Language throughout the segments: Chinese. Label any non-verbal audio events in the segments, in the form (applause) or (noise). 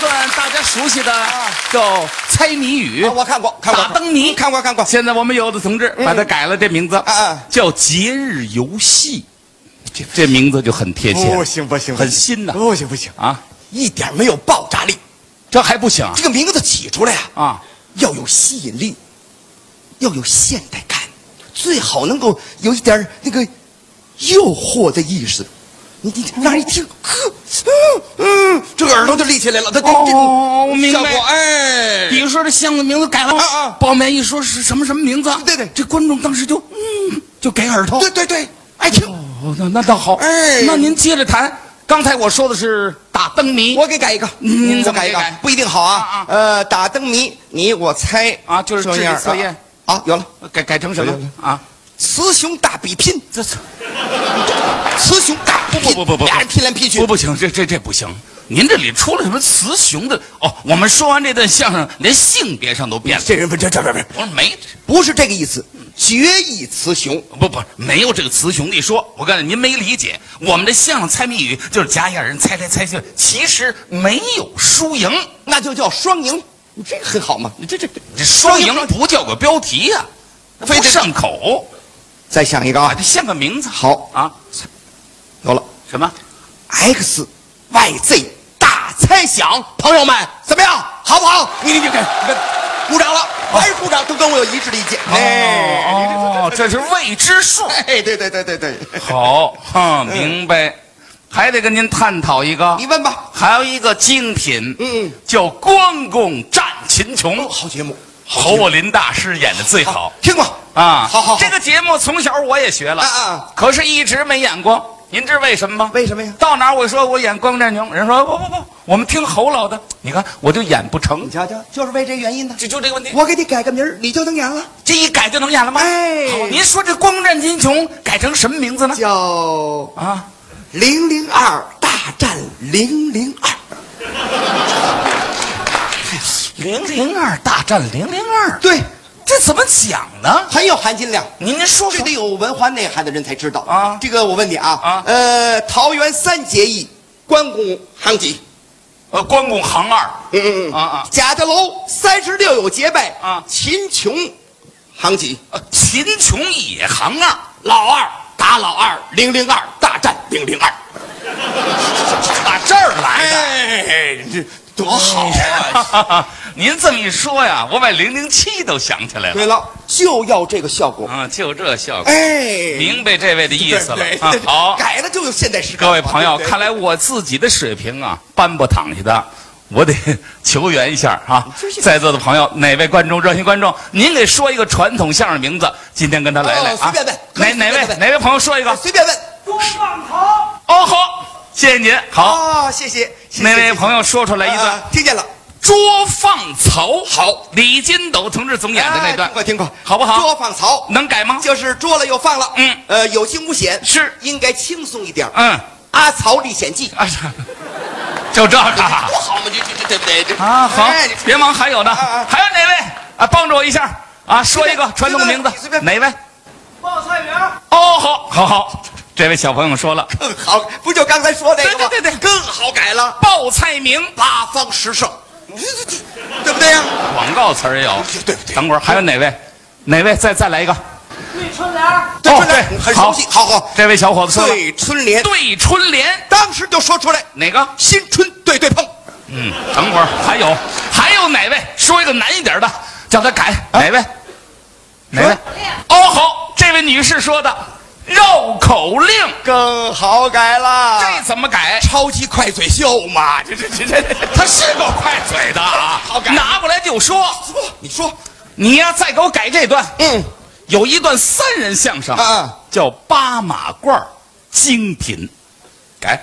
段大家熟悉的叫猜谜语，啊啊我看过看过打灯谜，看过看过现在我们有的同志把它改了这名字，啊叫节日游戏，这这名字就很贴切，不行不行，很新呐不行不行，啊，一点没有爆炸力。这还不行啊这个名字起出来呀、啊？要有吸引力，要有现代感，最好能够有一点儿那个诱惑的意识。你你让人一听，呵，嗯嗯，这个耳朵就立起来了。他这这哦明白效果哎比，如说这箱子名字改了，啊啊报面一说是什么什么名字，对对这观众当时就嗯就给耳朵，对对对，爱听。哦，那那倒好，哎那您接着谈，刚才我说的是打灯谜，我给改一个，您我怎么改一给个改，不一定好啊啊。呃，打灯谜，你我猜啊就是这样智力测验啊啊，有了，改改成什哎么啊？雌雄大比拼，这这。雌雄大比拼，不不不不不俩人拼来拼去不，不行，这这这不行。您这里出了什么雌雄的？哦，我们说完这段相声，连性别上都变了。这人不这这这这我说没，不是这个意思，决一雌雄。不不，没有这个雌雄的一说。我告诉你，您没理解，我们的相声猜谜语就是假眼人猜来猜去，其实没有输赢。那就叫双赢，你这个很好嘛。这这这输赢不叫个标题呀、非非得不上口，再想一个啊，啊这，像个名字。好啊，有了什么？ ，X Y Z 大猜想，朋友们怎么样？好不好？你你看，鼓掌了，还是鼓掌，都跟我有一致的意见。哦，这是未知数。哎，对对对对对，好，哈，明白。还得跟您探讨一个，嗯你问吧。还有一个精品，嗯，叫《关公战秦琼》，哦好节目，侯我林大师演的最好听过啊。好好好这个节目从小我也学了啊啊，可是一直没演过。您知为什么吗？为什么呀到哪儿我说我演关公战秦琼，人说不不不，我们听侯老的，你看我就演不成你，瞧瞧，就是为这原因呢。就就这个问题，我给你改个名儿，你就能演了，这一改就能演了吗？哎好您说这关公战秦琼改成什么名字呢？叫啊，零零二大战零零二。零零二大战零零二，对，这怎么讲呢？很有含金量。您您说这说得有文化内涵的人才知道啊这个我问你啊，啊呃，桃园三结义，关公行几？呃，关公行二，嗯嗯啊啊，贾家楼三十六友结拜啊秦琼行几？呃秦琼也行二，老二打老二，零零二大战零零二。打这儿来的。哎，这多好啊！啊！ (laughs) 您这么一说呀，我把零零七都想起来了。对了，就要这个效果。啊，就这效果，哎，明白这位的意思了对对啊对。好，改了就有现代诗。各位朋友，对对看来我自己的水平啊，搬不躺下的，我得求援一下啊真是！在座的朋友，哪位观众、热心观众，您给说一个传统相声名字，今天跟他来来哦啊随便问！可以哪哪位随便问哪位朋友说一个？啊随便问。哦，好，谢谢您。好，啊，谢谢。谢谢那位朋友说出来一段啊听见了。捉放曹，好，李金斗同志总演的那哎听段，过听过，好不好捉放曹能改吗？就是捉了又放了，嗯，呃，有惊无险，是应该轻松一点。嗯，阿曹历险记，啊，是 (laughs) 就这个啊多好嘛，这这这对不对？这啊，好哎哎你，别忙，还有呢，啊啊还有哪位啊？帮着我一下啊，说一个随传便统名字随便，哪位？报菜名儿哦，好，好，好，这位小朋友说了，更好，不就刚才说那个吗？对对对对更好改了，报菜名八方十胜，嗯这这这对不对呀？广告词儿也有，对不对等会儿还有哪位？哪位？再再来一个。对春联儿对哦不对？对很熟悉，好好。这位小伙子说了，对春联，对春联当时就说出来，哪个？新春对对碰，嗯，等会儿还有还有哪位说一个难一点的，叫他改、哪位？哪位？哦，好，这位女士说的绕口令，更好改了。这怎么改？超级快嘴秀啊嘛，这这这这这，他是够快嘴的啊好，改拿过来就说。说哦你说，你呀，再给我改这段。嗯，有一段三人相声，啊叫八马褂儿精品，改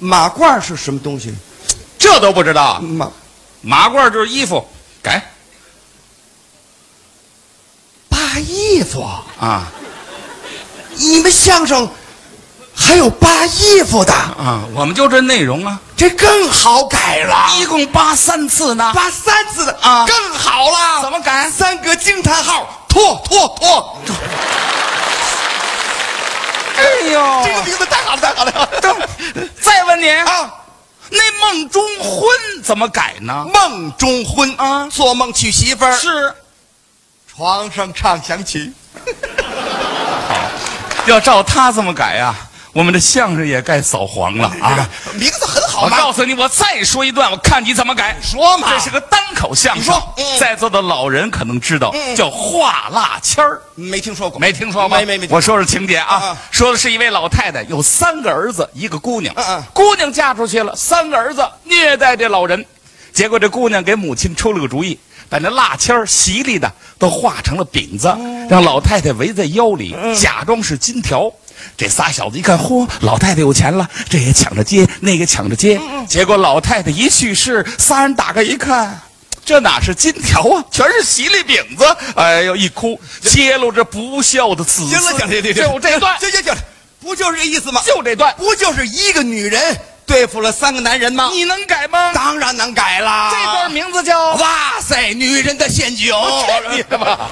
马褂是什么东西？这都不知道啊？马马褂儿就是衣服，改扒衣服，啊你们相声还有扒衣服的，啊！我们就这内容啊，这更好改了。一共扒三次呢。扒三次的啊更好了。怎么改三个惊叹号，脱脱脱！哎呦，这个名字太好了，太好了。再问你啊，那梦中婚怎么改呢？梦中婚啊做梦娶媳妇儿，是床上唱响曲。要照他这么改呀、我们的相声也该扫黄了啊！名字很 (laughs) 好我嘛，告诉你，我再说一段，我看你怎么改。说嘛这是个单口相声。你说嗯在座的老人可能知道，嗯叫画蜡签儿。没听说过，没听说过，没没没听我说说情节啊，嗯嗯说的是一位老太太有三个儿子，一个姑娘，嗯嗯姑娘嫁出去了，三个儿子虐待这老人，结果这姑娘给母亲出了个主意，把那蜡签儿淅沥的都化成了饼子，哦让老太太围在腰里，嗯假装是金条。这仨小子一看，嚯，老太太有钱了，这也抢着接，那个抢着接。嗯结果老太太一去世，仨人打开一看，这哪是金条啊，全是洗礼饼子！哎呦，一哭揭露这不孝的子嗣。行了，行了，行了就这段，行行行了，不就是这意思吗？就这段，不就是一个女人对付了三个男人吗？你能改吗？当然能改啦。这段名字叫 (laughs) 哇塞，女人的陷阱！你吧。